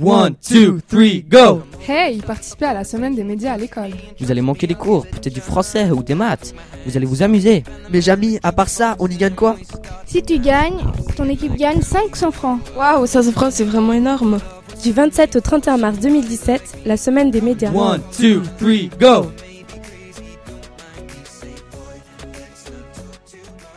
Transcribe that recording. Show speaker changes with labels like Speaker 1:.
Speaker 1: One, two, three, go
Speaker 2: Hey, participez à la semaine des médias à l'école.
Speaker 3: Vous allez manquer des cours, peut-être du français ou des maths. Vous allez vous amuser.
Speaker 4: Mais Jamy, à part ça, on y gagne quoi
Speaker 5: Si tu gagnes, ton équipe gagne 500 francs.
Speaker 6: Waouh, 500 francs, c'est vraiment énorme.
Speaker 7: Du 27 au 31 mars 2017, la semaine des médias.
Speaker 1: One, two, three, go